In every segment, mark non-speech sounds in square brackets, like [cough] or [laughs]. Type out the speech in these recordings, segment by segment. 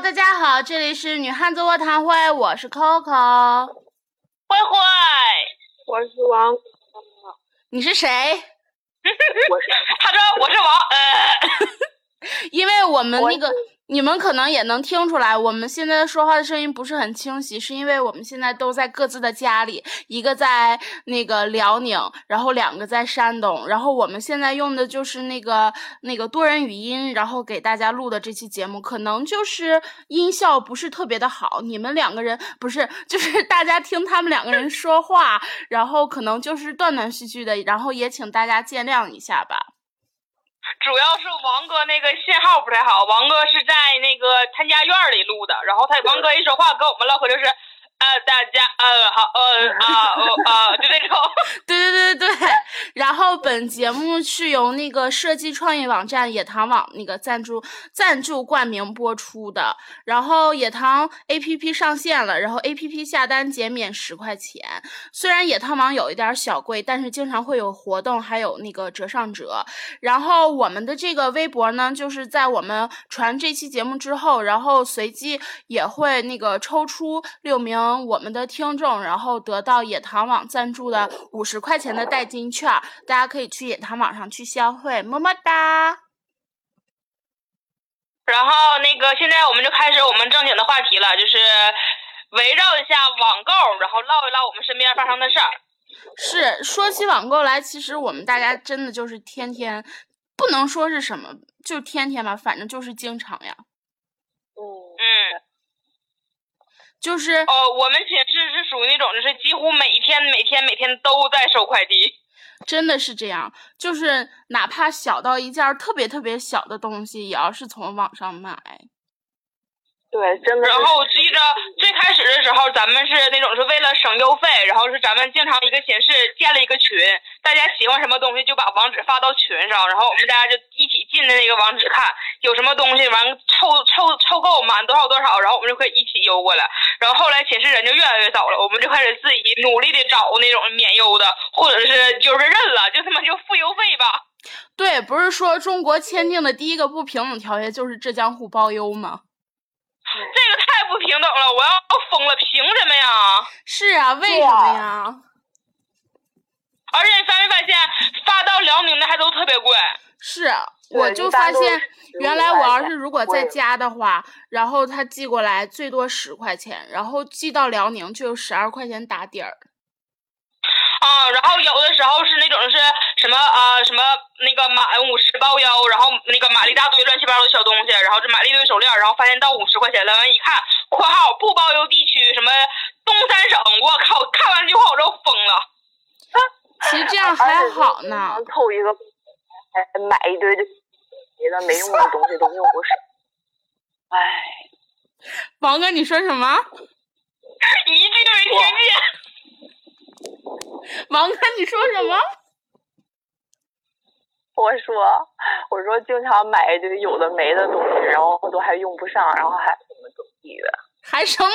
大家好，这里是女汉子卧谈会，我是 Coco。慧慧，我是王，你是谁？我是 [laughs] 他说我是王，呃， [laughs] 因为我们我那个，你们可能也能听出来，我们现在说话的声音不是很清晰，是因为我们现在都在各自的家里，一个在那个辽宁，然后两个在山东，然后我们现在用的就是那个那个多人语音，然后给大家录的这期节目，可能就是音效不是特别的好，你们两个人不是，就是大家听他们两个人说话，然后可能就是断断续续的，然后也请大家见谅一下吧。主要是王哥那个信号不太好，王哥是在那个他家院儿里录的，然后他王哥一说话跟我们唠嗑就是，呃，大家呃好呃啊哦啊就那种， [laughs] 对对对对，然后本节目是由那个设计创意网站野糖网那个赞助赞助冠名播出的，然后野糖 APP 上线了，然后 APP 下单减免十块钱。虽然野糖网有一点小贵，但是经常会有活动，还有那个折上折。然后我们的这个微博呢，就是在我们传这期节目之后，然后随机也会那个抽出六名我们的听众，然后得到野糖网赞助的五十块钱的代金券儿，大家可以去野糖网上去消费，么么哒。然后那个现在我们就开始我们正经的话题了，就是围绕一下网购，然后唠一唠我们身边发生的事儿。是说起网购来，其实我们大家真的就是天天，不能说是什么，就天天吧，反正就是经常呀，嗯，嗯，就是哦，我们寝室是属于那种就是几乎每天每天每天都在收快递。真的是这样，就是哪怕小到一件儿特别特别小的东西，也要是从网上买。对，真的是。然后我记着最开始的时候，咱们是那种是为了省邮费，然后是咱们经常一个寝室建了一个群，大家喜欢什么东西就把网址发到群上，然后我们大家就一起进的那个网址看有什么东西，完凑凑凑够满多少多少，然后我们就可以一起邮过来。然后后来寝室人就越来越少了，我们就开始自己努力的找那种免邮的，或者是就是认了，就他妈就付邮费吧。对，不是说中国签订的第一个不平等条约就是浙江互包邮吗？这个太不平等了，我要疯了，凭什么呀？是啊，为对什么啊呀？而且你发没发现，发到辽宁的还都特别贵。是啊，对我就一般发都是现15原来我块要钱是如果我在也家的话，然后他寄过来最多十块钱，然后寄到辽宁就有十二块钱打底儿。啊，然后有的时候是那种是什么啊、呃什么那个满五十包邮，然后那个买了一大堆乱七八糟的小东西，然后就买了一堆手链，然后发现到五十块钱了，完一看（括号不包邮地区什么东三省），我靠，看完这句话我都疯了。其实这样而且还就是好 [laughs] 经呢常，凑一个，还买一堆的别的没用的东西都用不上。 [laughs] 唉，王哥，你说什么？一句没听见，王哥，你说什么？我说，我说经常买一堆有的没的东西，然后都还用不上，然后还怎么怎么地的，还什么？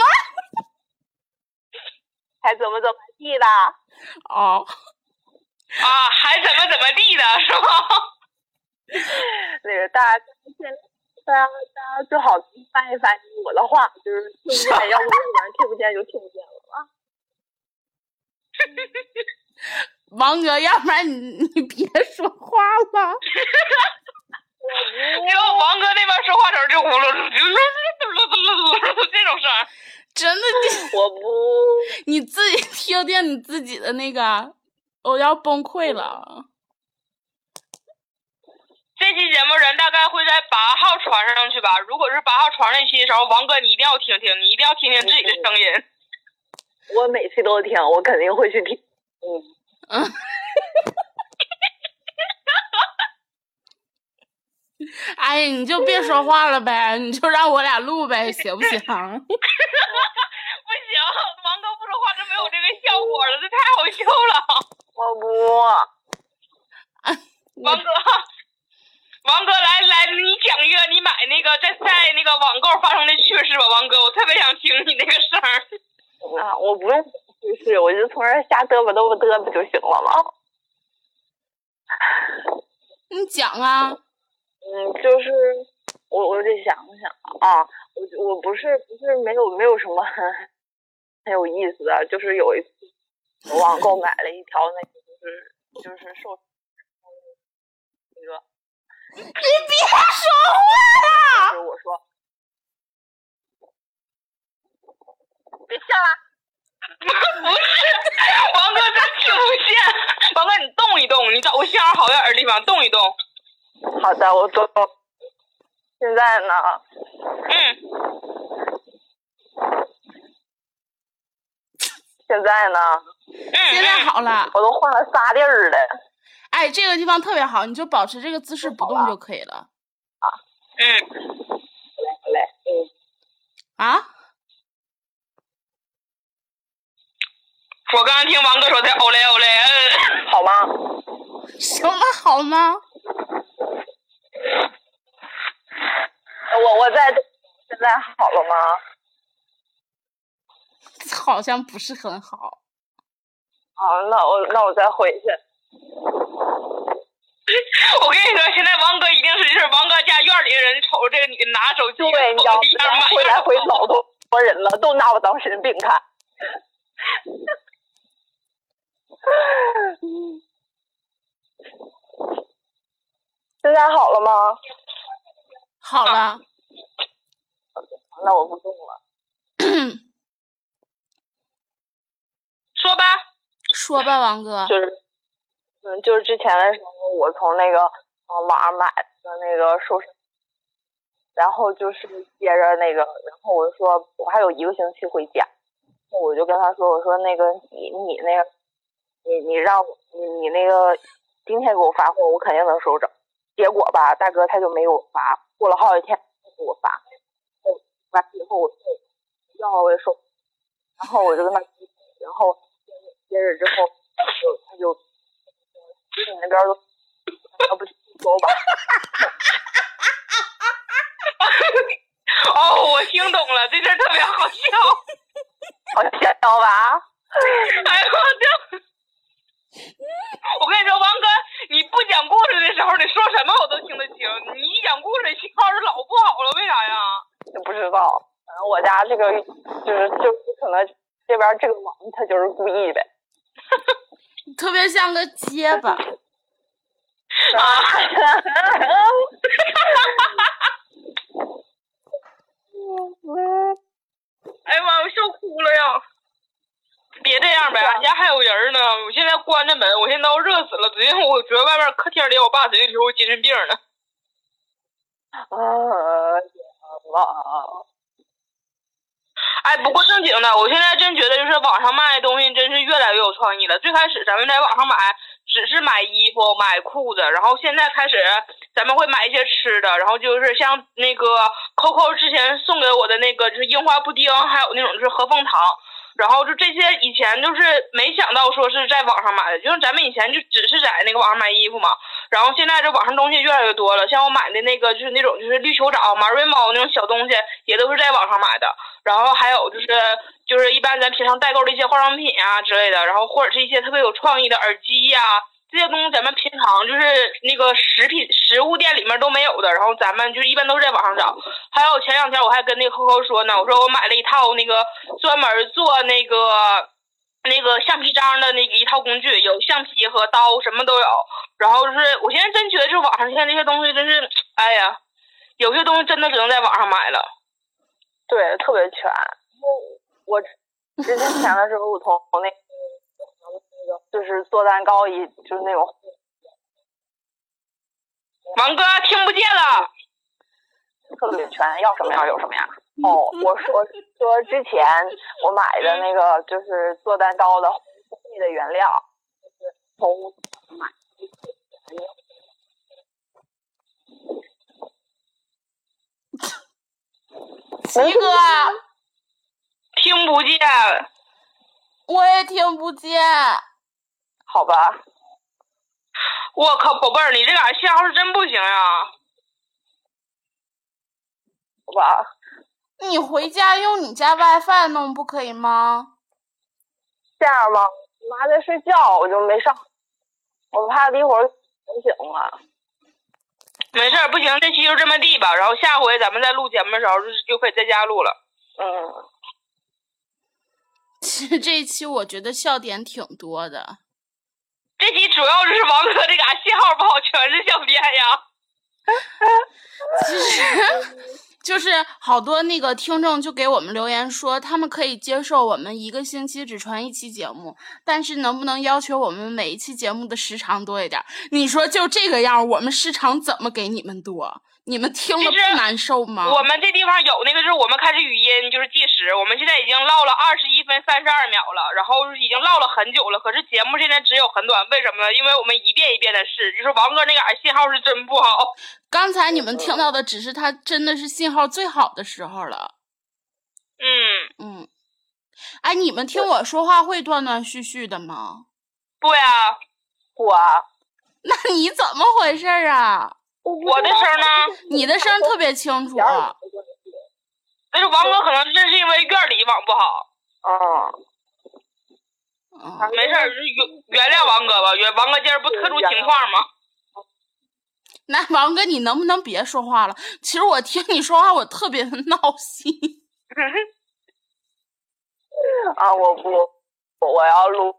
还怎么怎么地的。哦，啊，还怎么怎么地的是吧？那个大家现在大家大家最好翻一翻我的话，就是听不见，要不然听不见就听不见了。王哥，要不然你 [laughs] 你别说话了。然后王哥那边说话的时候就呼噜噜噜噜噜噜噜这种声儿。真的，我不。你你自己 [laughs] 听听你自己的那个，我要崩溃了。这期节目人大概会在八号传上去吧。如果是八号传那期的时候，王哥你一定要听听，你一定要听听自己的声音。我每期都听，我肯定会去听。嗯，哎呀，你就别说话了呗，你就让我俩录呗，行不行？ [laughs] 不行，王哥不说话就没有这个效果了，这太好笑 [laughs] 了。我不，王哥，王哥来来，你讲一个你买那个在在那个网购发生的趣事吧，王哥，我特别想听你那个声儿。 [laughs] 啊，我不用就是，我就从这儿瞎嘚吧嘚吧嘚吧就行了嘛。你讲啊，嗯，就是我我得想想啊，我我不是不是没有没有什么很很有意思的，就是有一次我网购买了一条那个就是就是瘦那个，你别说话就是我说别笑啦，不是，王哥他听不见。王哥，你动一动，你找个信号好点儿的地方动一动。好的，我走。现在呢，嗯，现在呢，嗯现在嗯，好了，我都换了仨地儿了。哎，这个地方特别好，你就保持这个姿势不动就可以了嗯，好嘞，嗯，啊。我刚刚听王哥说他欧嘞欧嘞，嗯好吗？什么好吗？ [laughs] 我我在，现在好了吗？好像不是很好。啊，那我那我再回去。呃 [laughs] 我跟你说，现在王哥一定是就是王哥家院里的人瞅这个女的拿手机，对，你知道瞅吗地上满回院来儿回老多多人了，都拿我当神病看。 [laughs] 现在好了吗？好了，那我不动了。 [laughs] 说吧，说吧，王哥。就是，嗯，就是之前的时候，我从那个呃网上买的那个瘦身，然后就是接着那个，然后我说我还有一个星期回家，我就跟他说，我说那个你你那个，你你让我你你那个今天给我发货，我肯定能收着。结果吧，大哥他就没给我发，过了好几天才给我发，我完了以后我就要我也收，然后我就跟他，然后接着之后。就他就你那边儿都，要不走吧？哦，我听懂了，这事儿特别好笑， [laughs] 好像要吧？哎呦我这。我跟你说，王哥，你不讲故事的时候，你说什么我都听得清。你一讲故事，信号就老不好了，为啥呀？不知道，反正我家这个就是就是可能这边儿这个网他就是故意的。 [laughs] 特别像个结巴。啊，哎呀妈，我笑哭了呀！别这样呗，俺家还有人呢，我现在关着门，我现在都热死了。昨天我觉得外面客厅里我爸谁说我精神病呢。啊，哎，不过正经的，我现在真觉得就是网上卖的东西真是越来越有创意了。最开始咱们在网上买只是买衣服、买裤子，然后现在开始咱们会买一些吃的，然后就是像那个 Coco 之前送给我的那个就是樱花布丁，还有那种就是和风糖。然后就这些以前就是没想到说是在网上买的，就是咱们以前就只是在那个网上买衣服嘛，然后现在这网上东西越来越多了，像我买的那个就是那种就是绿球藻、马瑞猫那种小东西，也都是在网上买的。然后还有就是就是一般咱平常代购的一些化妆品啊之类的，然后或者是一些特别有创意的耳机呀、这些东西咱们平常就是那个食品食物店里面都没有的，然后咱们就一般都是在网上找。还有前两天我还跟那个 Coco 说呢，我说我买了一套那个专门做那个那个橡皮章的那个一套工具，有橡皮和刀，什么都有。然后就是我现在真觉得，就是网上现在这些东西真是，哎呀，有些东西真的只能在网上买了。对，特别全。我之前的时候，我从那个那个就是做蛋糕一就是那种王哥听不见了，特别全，要什么样有什么样。哦，嗯我说说之前我买的那个就是做蛋糕的红米的原料，就是从奇哥，听不见。我也听不见。好吧，我靠，宝贝儿，你这俩信号是真不行啊呀！好吧，你回家用你家 WiFi 弄不可以吗？ [laughs] 这样吧，我妈在睡觉，我就没上，我怕她一会儿吵醒了。没事儿，不行，这期就这么地吧。然后下回咱们再录节目的时候，就是就可以在家录了。嗯，其实这一期我觉得笑点挺多的，这期主要就是王哥这嘎信号不好，全是小编呀。其实 [laughs] 就是好多那个听众就给我们留言说，他们可以接受我们一个星期只传一期节目，但是能不能要求我们每一期节目的时长多一点儿？你说就这个样儿，我们时长怎么给你们多？你们听了其实不难受吗？我们这地方有那个，就是我们开始语音，就是计时。我们现在已经唠了二十一分三十二秒了，然后已经唠了很久了。可是节目现在只有很短，为什么呢？因为我们一遍一遍的试，就是王哥那个信号是真不好。刚才你们听到的只是他真的是信号最好的时候了，嗯，嗯。哎，你们听我说话会断断续续的吗？对啊，我那你怎么回事儿啊？我的声呢？你的声儿特别清楚啊点，儿也没关系但是王哥可能真是因为院里网不好，嗯，嗯。没事儿，就是原原谅王哥吧。原王哥今儿不特殊情况 [laughs] 吗？那王哥，你能不能别说话了？其实我听你说话，我特别的闹心。啊，我不，我要录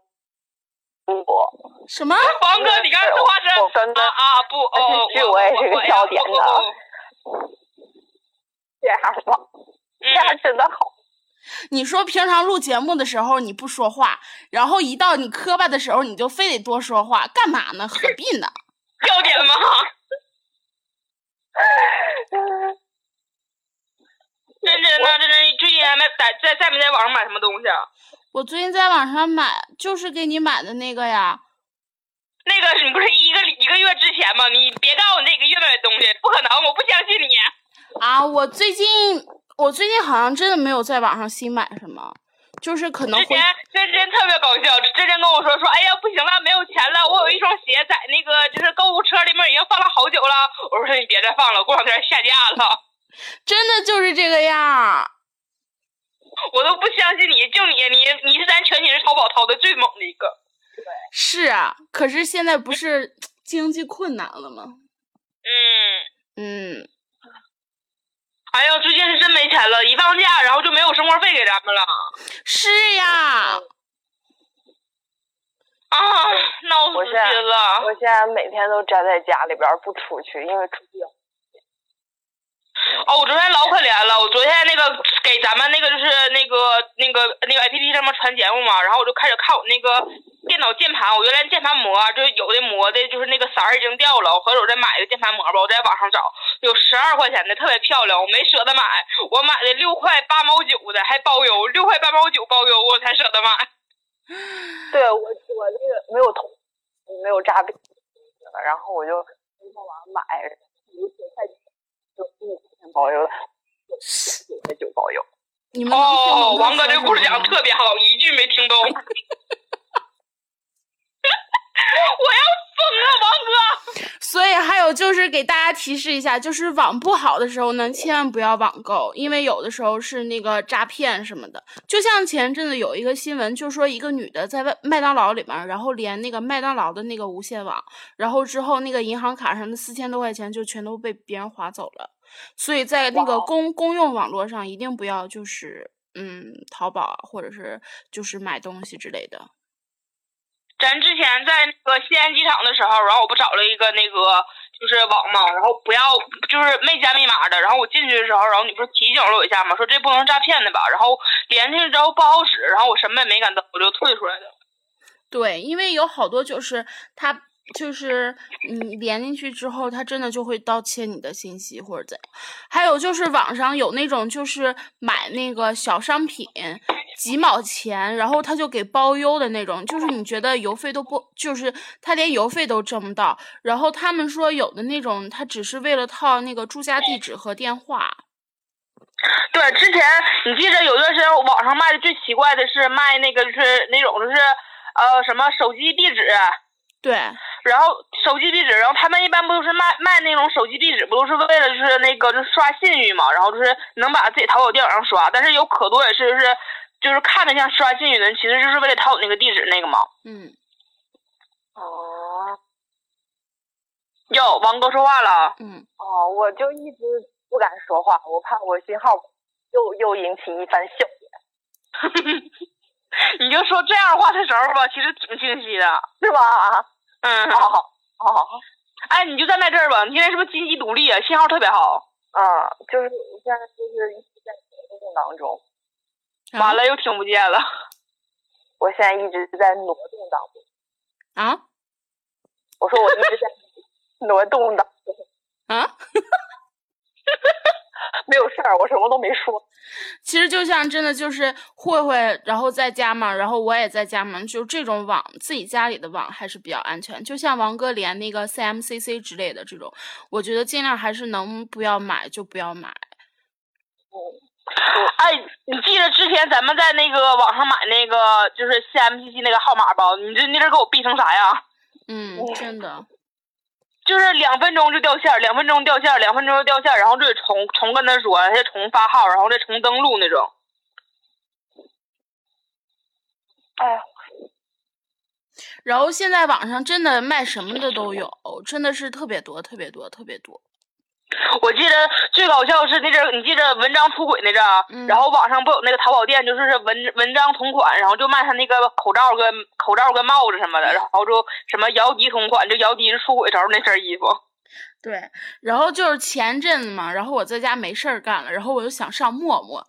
录播，什么？王哥，你刚才说话真我真的啊啊不哦，这句我也是个笑点的啊我哦我我这样吧，这 [laughs] 样嗯，真的好。你说平常录节目的时候你不说话，然后一到你磕巴的时候你就非得多说话，干嘛呢？何必呢？笑点吗？认真呢，认真，最近还没在在在没在网上买什么东西啊？我最近在网上买，就是给你买的那个呀。那个你不是一个一个月之前吗？你别告诉我你这个月买的东西，不可能，我不相信你。啊，我最近我最近好像真的没有在网上新买什么，就是可能之回前真真特别搞笑，真真跟我说说，哎呀不行了，没有钱了，我有一双鞋在那个就是购物车里面已经放了好久了。我说你别再放了，过两天下架了。真的就是这个样儿。我都不相信你，就你，你你是咱全寝室淘宝淘的最猛的一个。嗯是啊，可是现在不是经济困难了吗？嗯，嗯。哎呀，最近是真没钱了，一放假然后就没有生活费给咱们了是哦呀，啊，闹我死是心了。我现在每天都宅在家里边儿不出去，因为出去哦，我昨天老可怜了，我昨天那个给咱们那个就是那个那个那个 APP 上面传节目嘛，然后我就开始看我那个电脑键盘，我原来键盘膜啊就是有的膜的就是那个色儿已经掉了，我合着我再买一个键盘膜吧，我在网上找有十二块钱的，特别漂亮，我没舍得买，我买的六块八毛九的还包邮，六块八毛九包邮我才舍得买。对我我那个没有头，没有诈病，然后我就今天晚上买，五十块钱就五天包邮了，九块九包邮。你们能听懂哦，他王哥说这什故么事讲吗的特别好，一句没听懂。 [laughs] 我要疯了，王哥！所以还有就是给大家提示一下，就是网不好的时候呢，千万不要网购，因为有的时候是那个诈骗什么的。就像前阵子有一个新闻，就说一个女的在麦麦当劳里面，然后连那个麦当劳的那个无线网，然后之后那个银行卡上的四千多块钱就全都被别人划走了。所以在那个哇公公用网络上，一定不要就是嗯淘宝啊或者是就是买东西之类的。咱之前在那个西安机场的时候，然后我不找了一个那个就是网嘛，然后不要就是没加密码的，然后我进去的时候，然后你不是提醒了我一下嘛，说这不能是诈骗的吧，然后连进去之后不好使，然后我什么也没敢动，我就退出来的。对，因为有好多就是它就是你连进去之后，它真的就会盗窃你的信息或者怎样。还有就是网上有那种就是买那个小商品几毛钱，然后他就给包邮的那种，就是你觉得邮费都不，就是他连邮费都挣不到。然后他们说有的那种他只是为了套那个住家地址和电话。对，之前你记着有段时间网上卖的最奇怪的是卖那个就是那种就是呃什么手机啊壁纸，对，然后手机壁纸，然后他们一般不都是卖卖那种手机壁纸，不都是为了就是那个就是刷信誉嘛，然后就是能把自己淘宝电脑上刷，但是有可多也是就是就是看着像刷信誉的人，其实就是为了淘宝那个地址那个嘛。嗯，哦，哟，王哥说话了， [laughs] 嗯，哦，我就一直不敢说话，我怕我信号又又引起一番笑点，你就说这样的话的时候吧，其实挺清晰的。是吧？嗯，哦哦，哎，你就站在这儿吧，你现在是不是金鸡独立啊？信号特别好。嗯，就是我现在就是一直在努力当中，完了又听不见了，我现在一直在挪动当中。啊我说我一直在 [laughs] 挪动当中，啊！没有事儿，我什么都没说。其实就像真的就是慧慧，然后在家嘛，然后我也在家嘛，就这种网自己家里的网还是比较安全。就像王哥连那个 CMCC 之类的这种，我觉得尽量还是能不要买就不要买。哎，你记得之前咱们在那个网上买那个就是 CMCC 那个号码吧？你这那阵儿给我逼成啥样？嗯，真的，就是两分钟就掉线儿，两分钟掉线儿，两分钟就掉线儿，然后就得重重跟他说，再重发号，然后再重登录那种。哎呀，然后现在网上真的卖什么的都有，真的是特别多，特别多，特别多。我记得最搞笑是那阵儿，你记得文章出轨那阵儿，嗯然后网上不有那个淘宝店，就是是文文章同款，然后就卖他那个口罩跟口罩跟帽子什么的，然后就什么姚笛同款，就姚笛是出轨时候那身衣服。对，然后就是前阵子嘛，然后我在家没事儿干了，然后我就想上陌陌，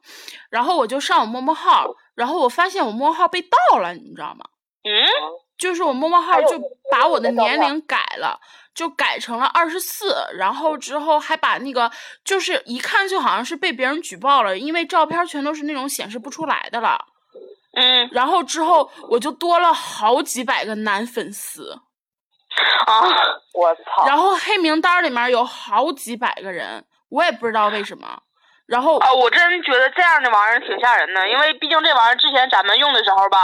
然后我就上我陌陌号，然后我发现我陌陌号被盗了，你知道吗？嗯，就是我陌陌号哎呦就把我的我懂年了龄改了，就改成了二十四，然后之后还把那个就是一看就好像是被别人举报了，因为照片全都是那种显示不出来的了。嗯然后之后我就多了好几百个男粉丝，啊，我操！然后黑名单里面有好几百个人，我也不知道为什么。然后啊，我真觉得这样的玩意儿挺吓人的，因为毕竟这玩意儿之前咱们用的时候吧，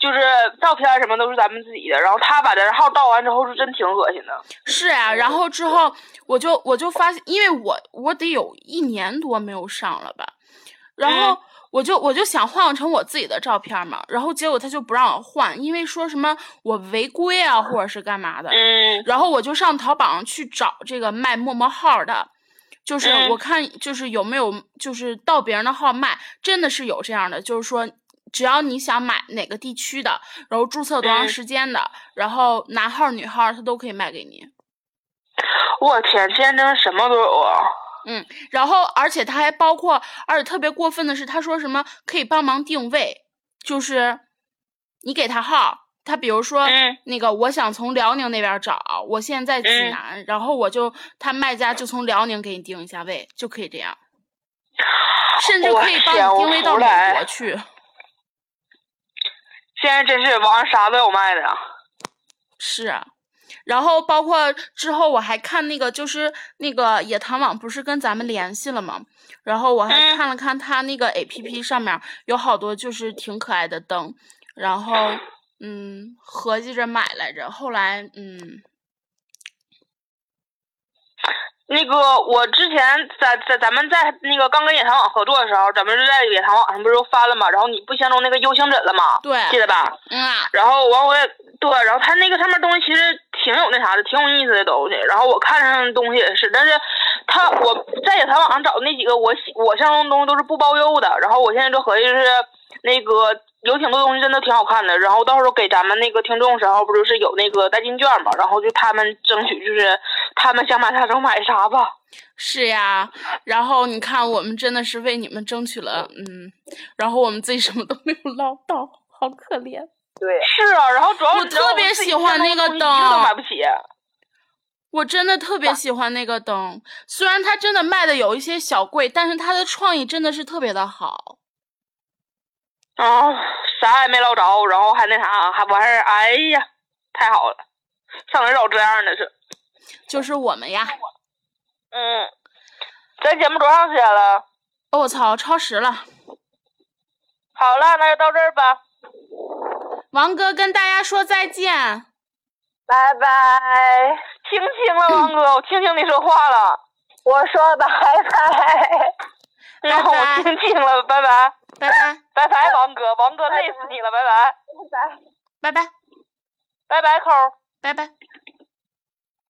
就是照片什么都是咱们自己的，然后他把咱号盗完之后，是真挺恶心的。是呀、然后之后我就我就发现，因为我我得有一年多没有上了吧，然后我就我就想换成我自己的照片嘛，然后结果他就不让我换，因为说什么我违规啊或者是干嘛的，嗯然后我就上淘宝上去找这个卖陌陌号的，就是嗯我看就是有没有就是盗别人的号卖，真的是有这样的，就是说只要你想买哪个地区的，然后注册多长嗯时间的，然后男号女号他都可以卖给你。我天，今天真是什么都有啊！然后而且他还包括，而且特别过分的是，他说什么可以帮忙定位，就是你给他号，他比如说、嗯那个我想从辽宁那边找，我现在在济嗯南，然后我就他卖家就从辽宁给你定一下位，就可以这 [laughs] 样，甚至我可以帮天我你定位到服美了国去，现在真是网上啥都有卖的啊。是啊。然后包括之后我还看那个，就是那个野糖网不是跟咱们联系了吗？然后我还嗯看了看它那个 A P P 上面有好多就是挺可爱的灯，然后嗯合计着买来着，后来嗯那个，我之前在在咱们在那个刚跟野糖网合作的时候，咱们是在野糖网上不是都翻了嘛，然后你不相中那个 U 型枕了吗？对记得吧？嗯啊然后完我也对，然后它那个上面东西其实挺有那啥的，挺有意思的东西。然后我看上的东西也是，但是它我在野糖网上找的那几个我喜我相中的东西都是不包邮的。然后我现在就合计是那个有挺多东西真的挺好看的，然后到时候给咱们那个听众时候不就是有那个代金券嘛，然后就他们争取就是他们想买啥就买啥吧。是呀，然后你看我们真的是为你们争取了嗯，然后我们自己什么都没有捞到，好可怜。对，是啊，然后主要我你知道特别自己喜欢相中那个的东西一个都灯买不起。我真的特别喜欢那个灯，虽然它真的卖的有一些小贵，但是它的创意真的是特别的好。啊，啥也没捞着，然后还那啥，还完事儿，哎呀，太好了，上哪儿找这样的去？就是我们呀，嗯，咱节目多长时间了？哦我、操，超时了。好了，那就到这儿吧。王哥跟大家说再见。拜拜，听清了，王哥，我听清你说话了，我说拜拜，然后我拜拜听清了，拜拜，拜拜，拜拜，王哥，王哥累死你了，拜拜，拜拜。拜拜，拜拜，抠儿。拜拜。